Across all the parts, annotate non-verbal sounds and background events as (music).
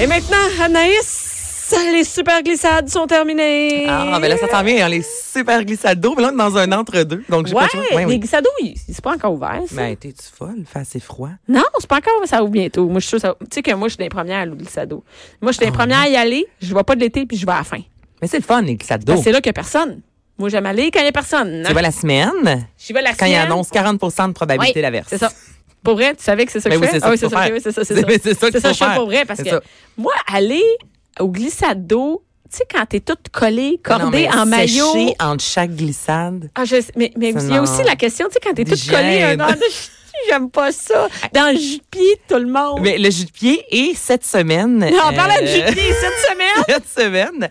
Et maintenant, Anaïs, les super glissades sont terminées. Ah, ben là, ça s'en vient, hein, les super glissades d'eau. Mais là, on est dans un entre-deux. Donc, j'ai Ouais, pas le choix. Ouais, les oui. Ben. glissadouilles, c'est pas encore ouvert. ça. Mais t'es-tu folle? Il fait assez froid. Non, c'est pas encore, ça ouvre bientôt. Moi, je suis sûre, ça- tu sais que moi, je suis des premières à l'eau glissado. Moi, je suis des Ah. premières à y aller, je vois pas de l'été, puis je vais à la fin. Mais c'est le fun, les Parce glissades d'eau. que Ben, c'est là qu'il y a personne. Moi, j'aime aller quand il y a personne. hein. Tu vas la semaine, J'y vais la quand il semaine. annonce 40 de Oui, probabilité d'averse. C'est ça. Pour vrai, tu savais que c'est ça que Ben je oui, fais? c'est ça Ah qu'il faut que- faire. oui, c'est ça, c'est (laughs) C'est- ça. mais c'est ça qu'il ça faut je fais faire. pour vrai parce C'est que ça. moi, aller au glissade d'eau, tu sais, quand t'es toute collée, Ah Non, cordée mais en maillot. sécher entre chaque glissade. Ah, je sais, mais mais Ça, il y a non. aussi la question, tu sais, quand t'es toute collée, un D'hygiène. an, j'aime pas ça. Dans le jus de pied, de tout le monde. Mais le jus de pied et cette semaine. on euh, parlait de jus de pied cette (laughs) semaine. cette semaine.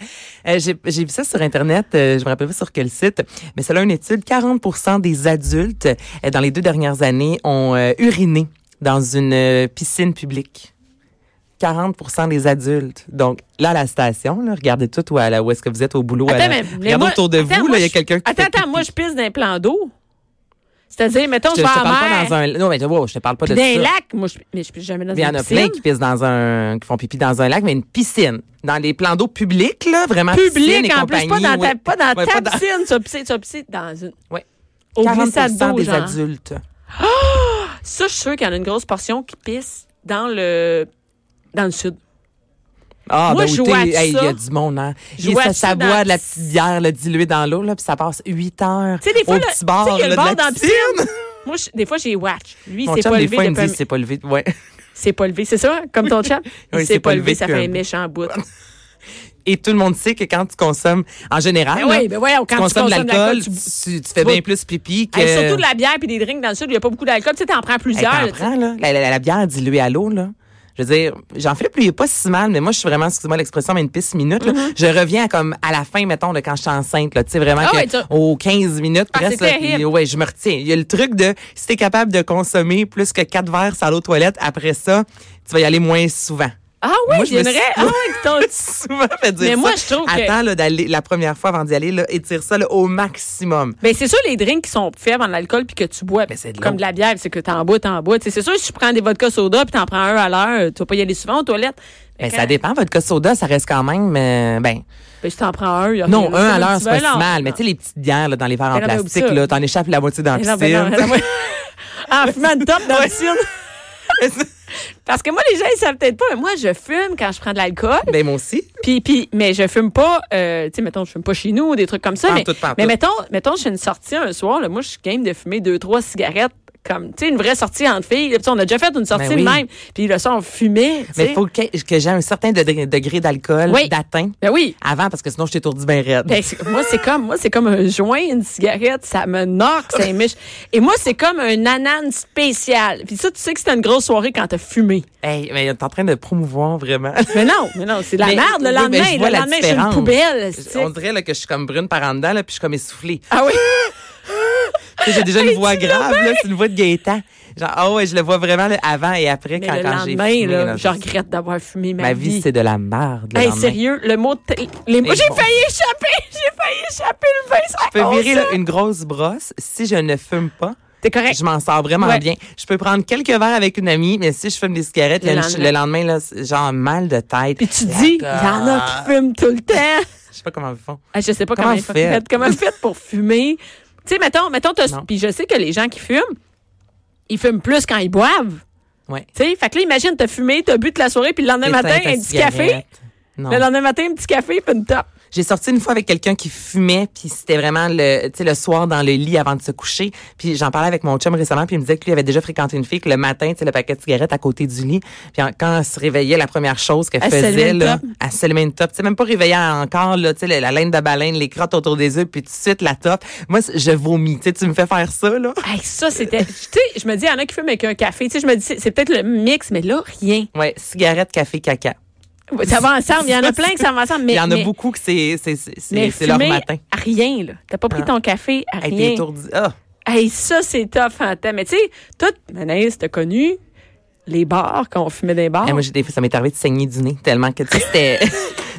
Euh, J'ai j'ai vu ça sur Internet, euh, je me rappelle pas sur quel site, mais selon une étude, 40 des adultes euh, dans les deux dernières années ont euh, uriné dans une euh, piscine publique. 40 des adultes. Donc, là, à la station, là, regardez tout où, à la- où est-ce que vous êtes au boulot. à la- mais- mais regardez moi- autour de attends, vous, moi, là, il y a je- quelqu'un qui Attends, fait attends, pipi. moi, je pisse d'un plan d'eau. C'est-à-dire, mettons, je, je je vais te en parle mer. pas dans un... Non, mais wow, je te parle pas de D'un ça. lac, moi, je, mais je pisse jamais dans Mais Il y en une a piscine. plein qui pissent dans un, qui font pipi dans un lac, mais une piscine. Dans les plans d'eau publics, là, vraiment. piscine public et en plus, pas compagnie, dans ta, ouais. pas dans Ouais, ta pas dans- piscine. Tu vas pisser- tu vas pisser dans une. Ouais. Au 40 glissade d'eau, des genre. adultes. Ça, je suis sûre qu'il y en a une grosse portion qui pisse dans le. Dans le sud. Ah, Moi, ben, je où joue à t'es- hey, il y ça. a du monde, hein. Je Et joue à ça, ça ça dans- boit de la petite bière, là, diluée dans l'eau, là, puis ça passe 8 heures. Tu sais, des fois, au là, petit bar, tu sais, il y a le là, bar de la dans la piscine. (laughs) Moi, je- des fois, j'ai watch. Lui, Mon c'est chum, pas des levé fois, il me depuis un- dit, c'est pas levé. Ouais. C'est pas levé, c'est ça? Comme (laughs) ton chat? Oui, c'est pas levé, ça depuis fait un un- méchant (laughs) bout. Et tout le monde sait que quand tu consommes, en général, Ben là, oui, ben ouais, quand tu tu consommes de consommes de l'alcool, l'alcool, tu, tu- tu fais tu bien vas- plus pipi que. Hey, surtout de la bière puis des drinks dans le sud, il n'y a pas beaucoup d'alcool. Tu sais, t'en prends Hey, t'en plusieurs. là, tu sais. prends, là. La, la- la bière diluée à l'eau, là. Je veux dire, j'en fais plus, il est pas si mal, mais moi, je suis vraiment, excusez-moi l'expression, mais une piste minute, là. Je reviens à comme, à la fin, mettons, de quand je suis enceinte, là. Tu sais, vraiment, Mm-hmm. Ah que ouais, ça- aux 15 minutes, Ah, presque, c'est là, terrible. puis, ouais, je me retiens. Il y a le truc de, si t'es capable de consommer plus que quatre verres sur l'eau toilette, après ça, tu vas y aller moins souvent. (laughs) Ah oui, Moi, je me j'aimerais. suis- Ah oui, (laughs) ton- souvent, fait dire Mais moi, ça. je trouve que- Attends, là, d'aller, la première fois avant d'y aller, là, étire ça, là, au maximum. Ben, c'est sûr, les drinks qui sont faibles en alcool puis que tu bois, Ben, c'est de comme l'eau. de la bière, c'est que t'en bois, t'en bois. Tu sais, c'est sûr, si tu prends des vodka soda puis t'en prends un à l'heure, tu vas pas y aller souvent aux toilettes. Ben, Fait ça quand- dépend. Votre cas soda, ça reste quand même, euh, ben, Ben, si t'en prends un, il y a Non, rien. un à Comme l'heure, tu c'est pas veux, si ben non. mal. Mais tu sais, les petites bières là, dans les verres en Ben non, mais oublie plastique, ça. là, t'en échappes la moitié dans la Ben non, ben non, ben piscine. non, (laughs) en fumant une top dans la piscine. (laughs) Parce que moi, les gens, ils savent peut-être pas, mais moi, je fume quand je prends de l'alcool. (laughs) Ben, moi aussi. Puis, puis, mais je fume pas, euh, tu sais, mettons, je fume pas chez nous ou des trucs comme ça. Pas en mais, tout, pas en mais tout. mettons, mettons, j'ai une sortie un soir, là, moi, je suis game de fumer deux, trois cigarettes, comme, tu sais, une vraie sortie entre filles. Là, puis on a déjà fait une sortie Ben oui. de même. Puis là, ça, on fumait. tu Mais sais. il faut que, que j'ai un certain degré, degré d'alcool Oui. d'atteint Ben oui. avant, parce que sinon, je t'étourdis bien raide. Ben, c'est- moi, c'est comme, moi, c'est comme un joint, une cigarette, ça me knock, ça me miche. Et moi, c'est comme un anane spécial. Puis ça, tu sais que c'était une grosse soirée quand t'as fumé. Hey, mais t'es en train de (laughs) promouvoir vraiment. Mais non, mais non, c'est de la Mais- merde le oui, lendemain. mais je vois le la lendemain, je suis une différence. poubelle. tu sais. On dirait là, que je suis comme brune par en dedans, là, puis je suis comme essoufflée. Ah oui. Tu sais, J'ai déjà (laughs) une voix tu l'as grave, là, c'est une voix de Gaétan. Genre, ah ouais, je le vois vraiment là, avant et après Mais quand, le quand j'ai lendemain, fumé, là, là, je regrette d'avoir fumé ma, Ma vie, c'est de la merde. le Hey, lendemain. sérieux, le mot. de t- Les... Mais J'ai bon. failli échapper. (laughs) J'ai failli échapper le vin. ça Je peux cause virer Oh, ça. là, une grosse brosse si je ne fume pas. T'es correct. Je m'en sors vraiment Ouais. bien. Je peux prendre quelques verres avec une amie, mais si je fume des cigarettes, Le le, lendemain. le lendemain, là, c'est genre mal de tête. Puis tu dis, il y D'accord. en a qui fument tout le temps. Je sais pas comment ils font. Ah, je sais pas Comment comment, vous vous faites. faites? Comment vous faites pour fumer? Tu sais, mettons, mettons, t'as- Non. puis je sais que les gens qui fument, ils fument plus quand ils boivent. Ouais. Tu sais, fait que là, imagine, t'as fumé, t'as bu toute la soirée, puis le lendemain matin, Éteins ta un petit café. cigarette. Non. Le lendemain matin, un petit café, puis une top. J'ai sorti une fois avec quelqu'un qui fumait, puis c'était vraiment le, tu sais, le soir dans le lit avant de se coucher. Puis j'en parlais avec mon chum récemment, puis il me disait que lui avait déjà fréquenté une fille que le matin, tu sais, le paquet de cigarettes à côté du lit. Puis en- quand elle se réveillait, la première chose qu'elle Elle se levait faisait, une là, top. elle se levait une top. Tu sais, même pas réveillée encore, là, tu sais, la, la laine de baleine, les crottes autour des yeux, puis tout de suite la top. Moi, c- je vomis. Tu sais, tu me fais faire ça, là. Hey, ça, c'était. Tu sais, je me dis, il y en a qui fument avec un café. Tu sais, je me dis, c'est c'est peut-être le mix, mais là, rien. Ouais, cigarette, café, caca. Ça va ensemble. Il y en a plein que ça va ensemble. Mais, Il y en a mais- beaucoup que c'est c'est- c'est- mais c'est- c'est leur fumer matin. à rien, là. T'as pas pris Ah. ton café à Elle était rien. étourdie. Ah, Hey, ça, c'est tough, Fanta. Mais tu sais, toute Manaïs, t'as connu les bars, quand on fumait des bars. Eh, moi, j'ai des fois, ça m'est arrivé de saigner du nez tellement que, tu sais, c'était.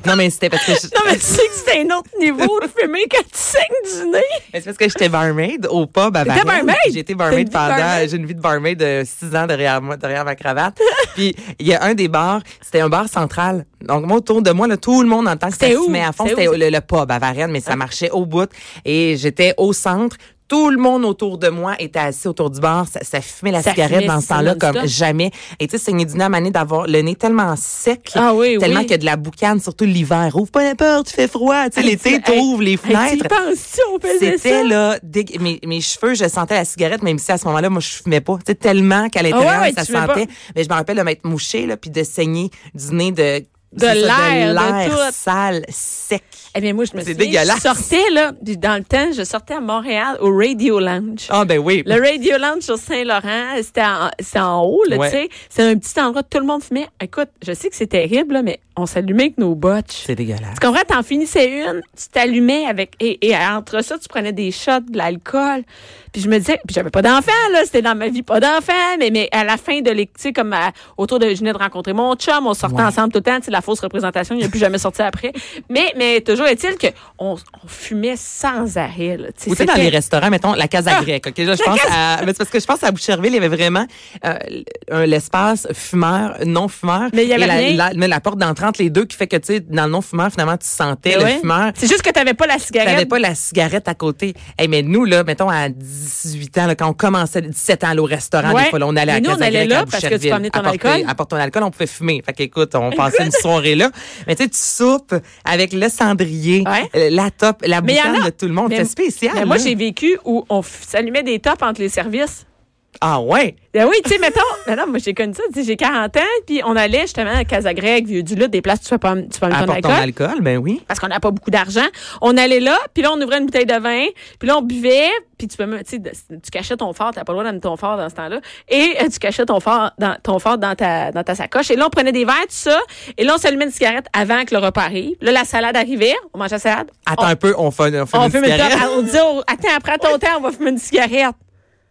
non, mais c'était parce que. je- Non, mais tu sais que c'est un autre niveau de fumer quand tu saignes du nez. Mais c'est parce que j'étais barmaid au pub à Varennes. barmaid? Puis J'ai été barmaid T'as une vie de pendant, barmaid? j'ai une vie de barmaid de six ans derrière moi, derrière ma cravate. (laughs) Puis il y a un des bars, c'était un bar central. Donc moi autour de moi, là, tout le monde entend que ça C'était se où? met à fond. C'était C'était où? le, le pub à Varennes, mais ça marchait au bout. Et j'étais au centre. Tout le monde autour de moi était assis autour du bar. Ça, ça fumait la Ça cigarette fumait, dans ce c'est temps-là non-stop. comme jamais. Et tu sais, saigner du nez à maner d'avoir le nez tellement sec, Ah oui, tellement oui. qu'il y a de la boucane, surtout l'hiver. Ouvre pas la porte, il fait froid. Tu sais, l'été, t'ouvres les Hey, fenêtres. tu y penses-tu, on faisait ça? C'était là, dégue- mes, mes cheveux, je sentais la cigarette, même si à ce moment-là, moi, je fumais pas. Tu sais, tellement qu'à l'intérieur, Ah ouais, ça tu fumais sentait. Mais je me rappelle de m'être mouché, là, puis de saigner du nez de. c'est ça, l'air, de l'air tout. sale, sec. Eh bien, moi, je me C'est suis dégueulasse. Je sortais, là, puis dans le temps, je sortais à Montréal au Radio Lounge. Ah, ben oui. Le Radio Lounge sur Saint-Laurent, c'était en, c'était en haut, là, Ouais. tu sais. C'est un petit endroit où tout le monde fumait. Écoute, je sais que c'est terrible, là, mais on s'allumait avec nos botches. C'est dégueulasse. Tu comprends? T'en finissais une, tu t'allumais avec. Et, et entre ça, tu prenais des shots, de l'alcool. Puis je me disais, puis j'avais pas d'enfant, là. C'était dans ma vie, pas d'enfant. Mais, mais à la fin de l'é- tu sais, comme à- autour de. Je venais de rencontrer mon chum, on sortait Ouais. ensemble tout le temps. C'est la fausse représentation, il n'y a plus jamais sorti après. Mais, mais toujours est-il qu'on on fumait sans arrêt, là. Ou tu sais, dans c'était- Ah! les restaurants, mettons, la Casa Grecque. OK? Là, je pense à, mais c'est parce que je pense à Boucherville, il y avait vraiment euh, un- l'espace fumeur, non-fumeur. Mais il y avait Et la, rien. la, mais la porte d'entrée entre les deux qui fait que, tu sais, dans le non-fumeur, finalement, tu sentais Mais le Ben ouais. fumeur. C'est juste que t'avais pas la T'avais cigarette. pas la cigarette à côté. Hey, mais nous, là, mettons, à 18 ans, là, quand on commençait, 17 ans, là, au restaurant, Ouais. des fois, là, on allait Mais à nous, Casa on allait Grecque, là à parce que tu peux Boucherville. amener ton Apporter- alcool. Apporte ton alcool, on pouvait fumer. Fait (laughs) qu'écoute, on passait une soirée là. Mais tu sais, tu soupes avec le cendrier, Ouais. euh, la top, la Mais il y en boucane a. de tout le monde. Mais- C'est spécial. Mais Ben, moi, là. j'ai vécu où on f- s'allumait des tops entre les services. Ah ouais? Ben oui, tu sais, mettons, ben non, moi j'ai connu ça, tu sais, j'ai 40 ans, puis on allait justement à Casagrec, vieux du Lut, des places, où tu peux pas, tu peux amener ton Apporte ton alcool. alcool, ben oui. Parce qu'on n'a pas beaucoup d'argent. On allait là, puis là, on ouvrait une bouteille de vin, puis là, on buvait, puis tu peux même, tu sais, de- tu cachais ton fort, t'as pas le droit d'amener ton fort dans ce temps-là, et euh, tu cachais ton fort dans, ton fort dans ta, dans ta sacoche. Et là, on prenait des verres, tout ça, et là, on s'allumait une cigarette avant que le repas arrive. Là, la salade arrivait, on mangeait la salade. Attends on, un peu, on fait, on fait on une fume une cigarette. top. On disait, au- attends, prends ton temps, on va fumer une cigarette.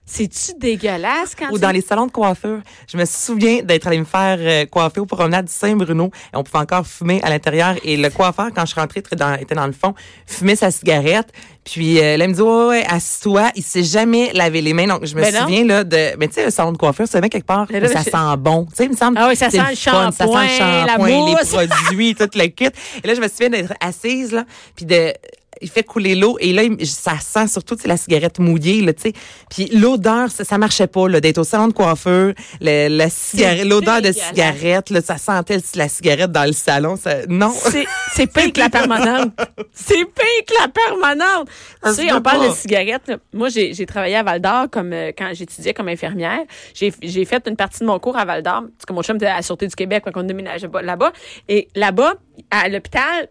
C'est-tu dégueulasse quand ou tu- dans les salons de coiffure. Je me souviens d'être allée me faire euh, coiffer au promenade du Saint-Bruno. Et on pouvait encore fumer à l'intérieur. Et le coiffeur, quand je rentrais, était dans, était dans le fond, fumait sa cigarette. Puis euh, là, il me dit, ouais, ouais, assis-toi. Il s'est jamais lavé les mains. Donc, je me Ben non. souviens, là, de, mais tu sais, un salon de coiffure, ça met quelque part, Mais là, ça je- sent bon. Tu sais, il me semble. Ah oui, ça c'est sent le fun, ça sent le shampoing, la shampoing, les mousse. produits, tout le kit. Et là, je me souviens d'être assise, là, puis de, il fait couler l'eau et là, il- ça sent surtout, tu sais, la cigarette mouillée, là, tu sais. Puis l'odeur, ça, ça marchait pas, là, d'être au salon de coiffeur, le- la cigarette, l'odeur de dégueulasse. cigarette, là, ça sentait la cigarette dans le salon, ça, non. C'est c'est pire que la permanente. C'est pire que la permanente. Ça Tu se sais, peut on parle pas. de cigarettes. là. Moi, j'ai j'ai travaillé à Val d'Or comme euh, quand j'étudiais comme infirmière. J'ai j'ai fait une partie de mon cours à Val d'Or, parce que mon chum était à la Sûreté du Québec quand on déménageait pas- là-bas. Et là-bas, à l'hôpital,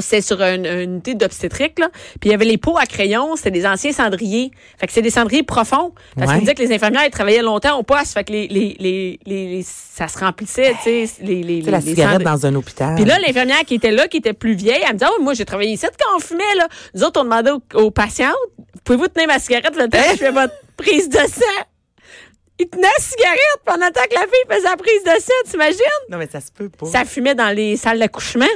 c'est sur une, une unité d'obstétrique, là. Puis il y avait les pots à crayons, c'était des anciens cendriers. Fait que c'est des cendriers profonds. Parce Ouais. qu'on disait que les infirmières, elles travaillaient longtemps au poste. Fait que les, les, les, les- les- ça se remplissait, tu sais, les, les, Tu sais, la les- les cigarette cendres- dans un hôpital. puis là, l'infirmière qui était là, qui était plus vieille, elle me dit, oh, moi, j'ai travaillé ici quand on fumait, là. Nous autres, on demandait aux, aux patientes, pouvez-vous tenir ma cigarette le temps que je Hein? fais votre prise de sang? Ils tenaient la cigarette pendant le temps que la fille faisait la prise de sang, t'imagines? non, mais ça se peut pas. Ça fumait dans les salles d'accouchement.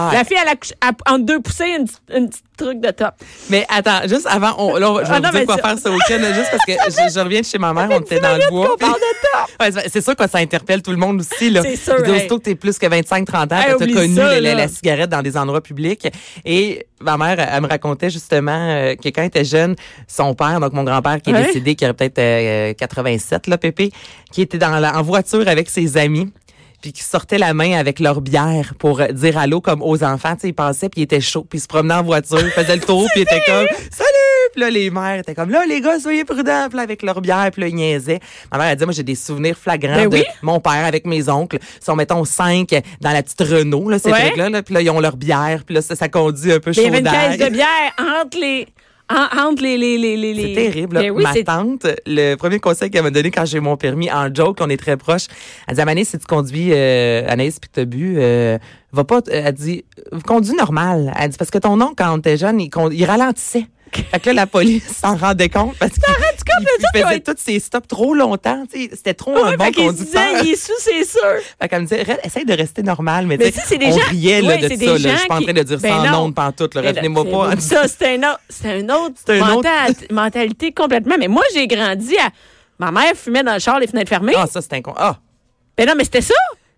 Ah, La fille, elle accouche, elle- entre deux poussées, une, petite- une petite truc de top. Mais attends, juste avant, on, là, on- je vais Ah vous non, dire mais quoi ça- faire ce week-end, là, juste parce que (laughs) je, je reviens de chez ma mère, on était dans le bois. qu'on parle de top. Ouais, c'est- c'est sûr que ça interpelle tout le monde aussi. Là. C'est sûr, Je veux dire, hey. Aussitôt que t'es plus que 25-30 ans, Hey, que t'as oublie connu ça, le- le- là. la cigarette dans des endroits publics. Et ma mère, elle me racontait justement euh, que quand elle était jeune, son père, donc mon grand-père qui est Ouais. décédé, qui aurait peut-être euh, 87, là, Pépé, qui était dans la, en voiture avec ses amis puis qui sortaient la main avec leur bière pour euh, dire allô comme aux enfants. Tu sais, ils passaient, puis ils étaient chauds, puis ils se promenaient en voiture, ils faisaient le tour, (laughs) puis ils étaient comme « Salut! » Puis là, les mères étaient comme « Là, les gars, soyez prudents! » Puis là, avec leur bière, puis là, ils niaisaient. Ma mère, elle dit « Moi, j'ai des souvenirs flagrants Ben de oui. mon père avec mes oncles. Ils sont, mettons, cinq dans la petite Renault, là, ces Ouais. trucs-là. là. Puis là, ils ont leur bière, puis là, ça, ça conduit un peu Mais il y avait une caisse chaudaille. de bière entre les, En- entre les... les, les, les, C'est les- terrible. là. Ben oui, Ma c'est- tante, le premier conseil qu'elle m'a donné quand j'ai eu mon permis, en joke, on est très proches, elle dit, Mané, si tu conduis, euh, Anaïs, puis que t'as bu, euh, va pas, t- elle dit, conduis normal. Elle dit, parce que ton oncle, quand t'es jeune, il, con- il ralentissait. Fait que là, la police (laughs) s'en rendait compte parce qu'il il- il faisait tous ses stops trop longtemps. tu sais. C'était trop Ouais, un bon fait qu'il se conducteur. disait, il est sous, c'est sûr. Fait qu'elle me disait, Re- essaye de rester normal. Mais, Mais tu sais, ça, c'est des on gens- riait là, ouais, de c'est ça. des là. Je gens suis pas en train de dire qui- ça Ben en non. ondes pantoute. là. Revenez-moi Mais pas. là, c'est- Ça, c'est un autre, c'est un autre, C'est un autre- mental- mentalité complètement. Mais moi, j'ai grandi à. Ma mère fumait dans le char, les fenêtres fermées. Ah, ça, c'est un con. Ah! Ben non, mais c'était ça.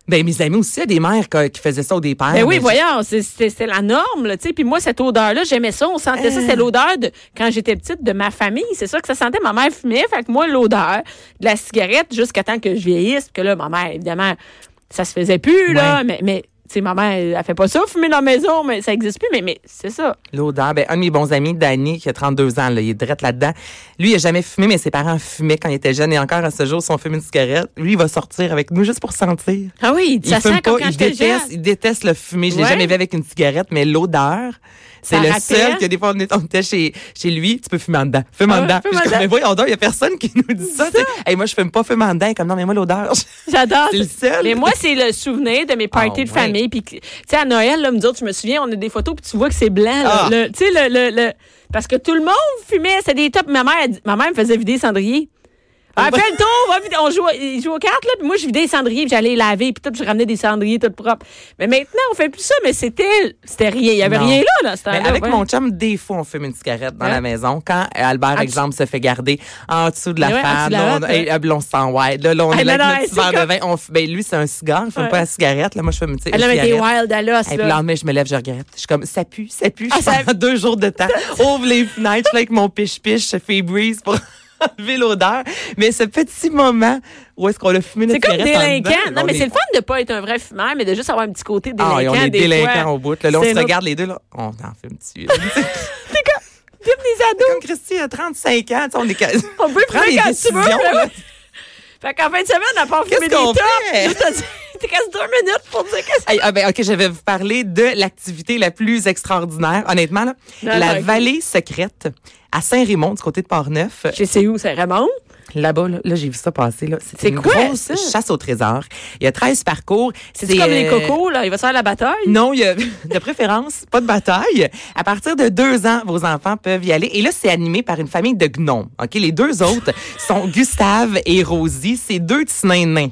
Ben, mes amis aussi, il y a des mères que- qui faisaient ça ou des pères. Ben oui, mais- voyons, c'est- c'était c'était la norme, là, tu sais. Puis moi, cette odeur-là, j'aimais ça, on sentait ça. Ah. C'était l'odeur de, quand j'étais petite, de ma famille. C'est ça que ça sentait. Ma mère fumait, fait que moi, l'odeur de la cigarette, jusqu'à temps que je vieillisse, puis que là, ma mère, évidemment, ça se faisait plus, là. Ouais. Mais, mais tu sais, ma mère, elle elle fait pas ça, fumer dans la maison, mais ça existe plus, mais, mais c'est ça. L'odeur. Ben, un de mes bons amis, Danny, qui a 32 ans, là, il est drette là-dedans. Lui, il a jamais fumé, mais ses parents fumaient quand il était jeune. Et encore à ce jour, si on fume une cigarette, lui, il va sortir avec nous juste pour sentir. Ah oui, Il ça fume sent comme pas, quand il j'étais jeune. déteste, il déteste le fumer. Je l'ai Ouais. jamais vu avec une cigarette, mais l'odeur, c'est Ça le rappelle. hein? seul que des fois, on est- on était chez, chez lui, tu peux fumer en dedans. Fume Ah en ouais, dedans. fume en Puis je suis comme, dedans. mais voyons donc, il y a personne qui nous dit ça. tu sais. Hey, moi, je fume pas, fume en dedans. Il est Comme, non, mais moi, l'odeur. J'adore. C'est le seul. Mais moi, c'est le souvenir de mes parties Ah, de ouais. famille. Puis, que- tu sais, à Noël, là, me dire, tu me souviens, on a des photos, puis tu vois que c'est blanc. là. Ah. Le- Tu sais, le, le, le- Parce que tout le monde fumait, c'était des tops. Ma mère, elle dit- ma mère me faisait vider les cendriers. Ah, fais ben. le tour, va vider- on joue, ils jouent aux cartes, là, puis moi, je vidais les cendriers, puis j'allais les laver, puis tout, puis je ramenais des cendriers tout propres. Mais maintenant, on fait plus ça, mais c'était, c'était rien. Il y avait Non. rien là, dans ce temps-là. Mais avec ouais. mon chum, des fois, on fume une cigarette dans Ouais. la maison. Quand euh, Albert, Ah, exemple, se fait garder en dessous de la Ouais, en femme, dessous de la là, hotte, on, hey, ouais. hop, là, on se sent wild. Là, là, on Ah, est là non, non, avec notre c'est petit verre comme- de vin. On f- ben, lui, c'est un cigare. Il fume Ouais. Ah, pas la cigarette. Là, moi, je fume une, petite- Elle une avait des cigarette. wild à l'os, Et puis le là. lendemain, je me lève, je regrette. Je suis comme, ça pue, ça pue. Ah, Je ça- prends deux jours de temps. (laughs) Ouvre les fenêtres, je fais avec mon piche-piche, je fais breeze pour (laughs) enlever l'odeur. Mais ce petit moment où est-ce qu'on a fumé C'est notre comme cigarette. en délinquant. dedans, Non, on mais est- c'est le fun de pas être un vrai fumeur, mais de juste avoir un petit côté délinquant. Ah, et on est des délinquants fois. au bout. Là, Là, on C'est se notre- regarde les deux. Là. On en fume dessus. Type des ados. comme Christy a 35 ans, tu sais, on (laughs) est quasi- On peut Prends fumer les quand tu veux. décisions, mais là. ouais. Fait qu'en fin de semaine, on a pas fumé Qu'est-ce des qu'on tops. fait? Juste à dire- T'es quasi deux minutes pour dire que c'est. Hey, ah ben, OK, je vais vous parler de l'activité la plus extraordinaire, honnêtement. Là. Non, la non, ok. vallée secrète à Saint-Raymond, du côté de Port-Neuf. Je sais où, c'est Raymond. Là-bas, là, là, j'ai vu ça passer. là. C'est C'est une quoi, grosse ça? chasse au trésor. Il y a 13 parcours. C'est comme les euh, cocos, là. Il va se faire la bataille. Non, il y a (laughs) de préférence, pas de bataille. À partir de deux ans, vos enfants peuvent y aller. Et là, c'est animé par une famille de gnomes. Ok, Les (laughs) deux autres sont Gustave et Rosie. C'est deux petits nains nains.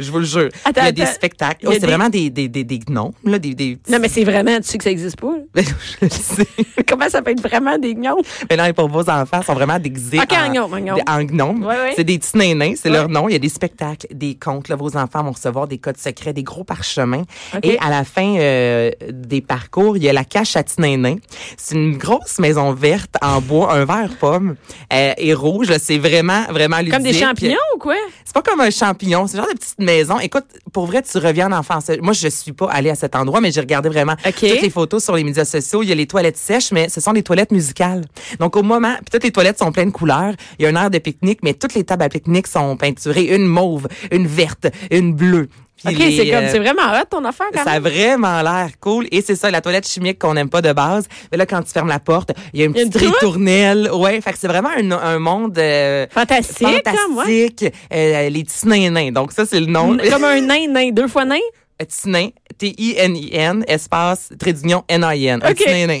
Je vous le jure. Attends, il y a des attends. spectacles. Il y a Oh, c'est des- vraiment des, des, des, des gnomes. Là, des, des petits- Non, mais c'est vraiment, tu sais que ça existe pas. là. (laughs) je le sais. Comment ça peut être vraiment des gnomes? Mais non, et pour vos enfants, ils sont vraiment déguisés Ok, en gnome, en gnome. des- en gnome. Ouais, ouais. C'est des petits nénins, c'est Ouais. leur nom. Il y a des spectacles, des contes. Là, vos enfants vont recevoir des codes secrets, des gros parchemins. Ok. Et à la fin euh, des parcours, il y a la cache à petits nénins. C'est une grosse maison verte en bois, un vert pomme euh, et rouge. là. C'est vraiment, vraiment ludique. Comme des champignons ou quoi? C'est pas comme un champignon, c'est le genre de petite maison. Écoute, pour vrai, tu reviens en enfance. Moi, je suis pas allée à cet endroit, mais j'ai regardé vraiment OK. toutes les photos sur les médias sociaux. Il y a les toilettes sèches, mais ce sont des toilettes musicales. Donc, au moment, puis toutes les toilettes sont pleines de couleurs. Il y a une aire de pique-nique, mais toutes les tables à pique-nique sont peinturées. Une mauve, une verte, une bleue. Puis Ok, les, c'est comme, euh, c'est vraiment hot ton affaire quand ça a même. vraiment l'air cool. Et c'est ça, la toilette chimique qu'on n'aime pas de base. Mais là, quand tu fermes la porte, il y a une Il y a une petite ritournelle. Ouais, fait que c'est vraiment un, un monde euh, Fantastique, hein, moi. fantastique. Euh, les petits nains nains. Donc ça, c'est le nom. Mm. (laughs) Comme un nain, nain, deux fois nain. Petits nains. T-I-N-I-N, espace, trait d'union, N-I-N. Un Ok. petit nain nain.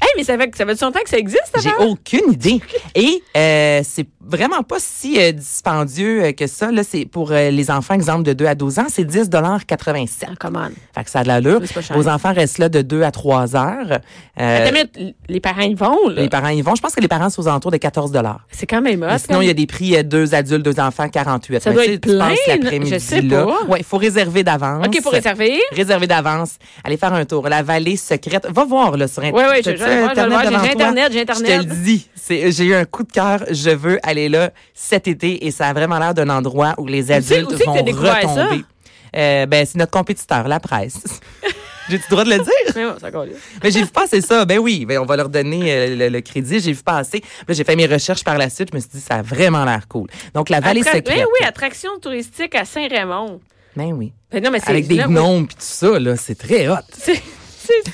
Hey, mais ça fait, ça fait du longtemps que ça existe, (laughs) ça J'ai aucune idée. Et euh, c'est vraiment pas si euh, dispendieux euh, que ça. Là, c'est pour euh, les enfants, exemple, de 2 à 12 ans, c'est 10,87 Ah, come on. Fait que ça a de l'allure. C'est pas cher. Ah, Vos enfants restent là de 2 à 3 heures. Euh, Attends, une minute, les parents y vont, là. les parents y vont. Je pense que les parents sont aux alentours de 14 dollars. Ah, C'est quand même hot. hein? Sinon, comme- il y a des prix euh, deux adultes, deux enfants, 48. Ça Mais doit tu sais, être tu passes plein, l'après-midi je sais là. pas. Ouais, faut réserver d'avance. OK, pour réserver. Réserver d'avance. Allez faire un tour. La vallée secrète. Va voir là sur Oui, Internet. oui, je, T'as-tu je, vais voir, je vais le voir. J'ai- Internet devant J'ai toi? Internet, j'ai Internet. Je te le dis, c'est- j'ai eu un coup de cœur. Je veux aller là cet été et ça a vraiment l'air d'un endroit où les adultes où c'est que vont t'as découvert ça? retomber. Euh, ben, c'est notre compétiteur, (laughs) la presse. J'ai-tu le droit de le dire? Mais bon, ça colle. Mais j'ai vu passer ça. Ben oui, ben on va leur donner euh, le, le crédit. J'ai vu passer. Là, j'ai fait mes recherches par la suite. Je me suis dit, ça a vraiment l'air cool. Donc, la vallée Attra- secrète. Ben oui, attraction touristique à Saint-Raymond. Ben oui. Ben non, mais c'est Avec des là, oui. gnomes puis tout ça, là, c'est très hot. C'est- c'est-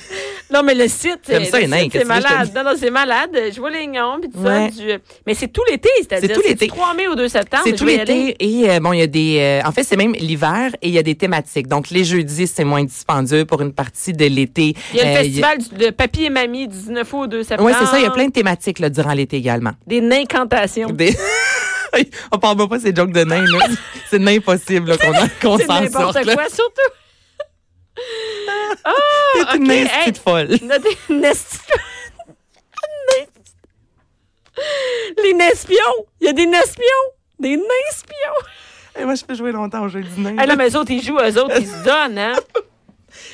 Non, mais le site, J'aime c'est ça, les nains, le site, qu'est-ce c'est que tu veux, je malade. Non, non, c'est malade. Je vois les noms, puis tout Ouais. ça. du- euh, Mais c'est tout l'été, c'est-à-dire. C'est tout du l'été. 3 mai au 2 septembre. C'est je tout vais y aller. l'été et euh, bon, il y a des. euh, en fait, c'est même l'hiver et il y a des thématiques. Donc les jeudis, c'est moins dispendieux pour une partie de l'été. Il y a le Euh, festival du- de Papy et Mamie, 19 au 2 septembre. Oui, c'est ça. Il y a plein de thématiques là, durant l'été également. Des incantations. Des- (laughs) On parle pas ces jokes de nains, là. C'est de nains impossible là, qu'on qu'on C'est s'en n'importe sorte. là. quoi, (laughs) surtout. Ah, T'es une naine, ok, hey. petite folle. Notez une esti- (laughs) une esti- Les nespions. Il y a des nespions. Des nespions. Hey, moi, je peux jouer longtemps au jeu du nain. Hey, là. là, mais eux autres, ils jouent, eux autres, ils se donnent, hein.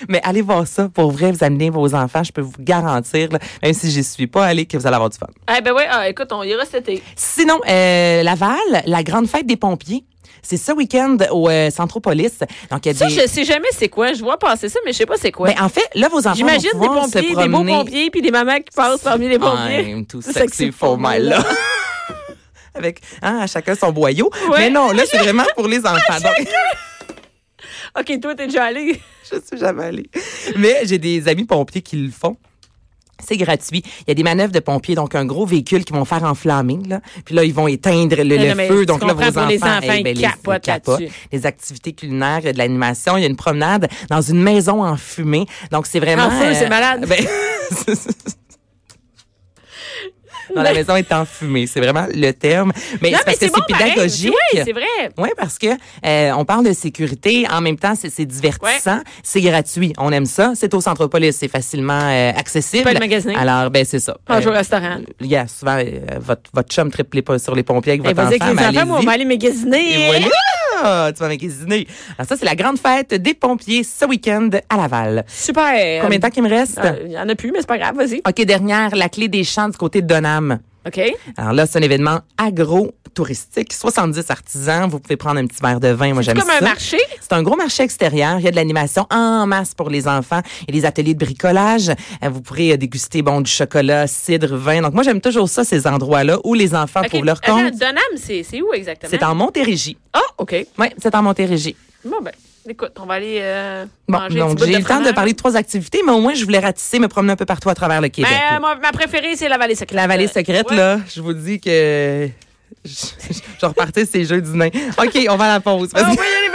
Mais allez voir ça. Pour vrai, vous amenez vos enfants. Je peux vous garantir, là, même si j'y suis pas allée, que vous allez avoir du fun. Eh ben ouais, ah, écoute, on ira cet été. Sinon, euh, Laval, la grande fête des pompiers. C'est ce week-end au euh, Centropolis. Donc, il y a Ça, des... je sais jamais c'est quoi. Je vois passer ça, mais je sais pas c'est quoi. Ben, en fait, là, vos enfants J'imagine vont des pouvoir se pompiers, des beaux promener. pompiers, puis des mamans qui passent parmi les pompiers. (laughs) I'm too sexy for my love. (laughs) Avec, hein, à chacun son boyau. Ouais. Mais non, là, c'est vraiment pour (laughs) les enfants. Donc, OK, toi, t'es déjà allé. (laughs) je suis jamais allée. Mais j'ai des amis pompiers qui le font. C'est gratuit. Il y a des manœuvres de pompiers, donc un gros véhicule qu'ils vont faire enflammer. Là. Puis là, ils vont éteindre le, Mais le non, mais feu. tu Donc là, vos comprends, pour enfants, eh ben, les enfants, ils les- capotent là-dessus. Des activités culinaires, de l'animation. Il y a une promenade dans une maison en fumée. Donc c'est vraiment... En feu, c'est malade. (laughs) ben, (laughs) non, la maison est en fumée. C'est vraiment le terme. Mais Non, c'est mais parce que c'est bon, c'est pareil. pédagogique. Oui, c'est vrai. Oui, parce que euh, on parle de sécurité, en même temps c'est c'est divertissant, c'est gratuit, on aime ça, c'est au Centropolis, c'est facilement euh, accessible. Pas le magasin. Alors ben c'est ça. Mange au Euh, restaurant. Il y a souvent euh, votre votre chum triple les pas sur les pompiers avec Eh, votre enfant. Vas-y avec mais les enfants, moi, on allez-y. va aller Et magasiner. voilà, tu vas magasiner. Alors ça c'est la grande fête des pompiers ce week-end à Laval. Euh, Super. Combien de temps qu'il me reste? Ah, Il y en a plus, mais c'est pas grave, vas-y. OK, dernière, la clé des champs du côté de Donham. OK. Alors là, c'est un événement agro-touristique. 70 artisans. Vous pouvez prendre un petit verre de vin. Moi, C'est j'aime ça. comme un marché. C'est un gros marché extérieur. Il y a de l'animation en masse pour les enfants. Il y a des ateliers de bricolage. Euh, Vous pourrez euh, déguster bon du chocolat, cidre, vin. Donc moi j'aime toujours ça ces endroits-là où les enfants OK. trouvent leur Attends, compte. Donham, c'est c'est où exactement? C'est en Montérégie. Ah, OK. Oui, c'est en Montérégie. Bon, ben, écoute, on va aller euh, Bon, manger un petit donc bout j'ai eu le temps de fromage. parler de trois activités, mais au moins je voulais ratisser, me promener un peu partout à travers le Québec. Mais, là. euh, moi, ma préférée, c'est la vallée secrète. La vallée secrète, Ouais. là, je (laughs) vous dis que je, je- je repartais ces jeux du nain. OK, on va à la pause. Ah, Vas-y. oui, allez,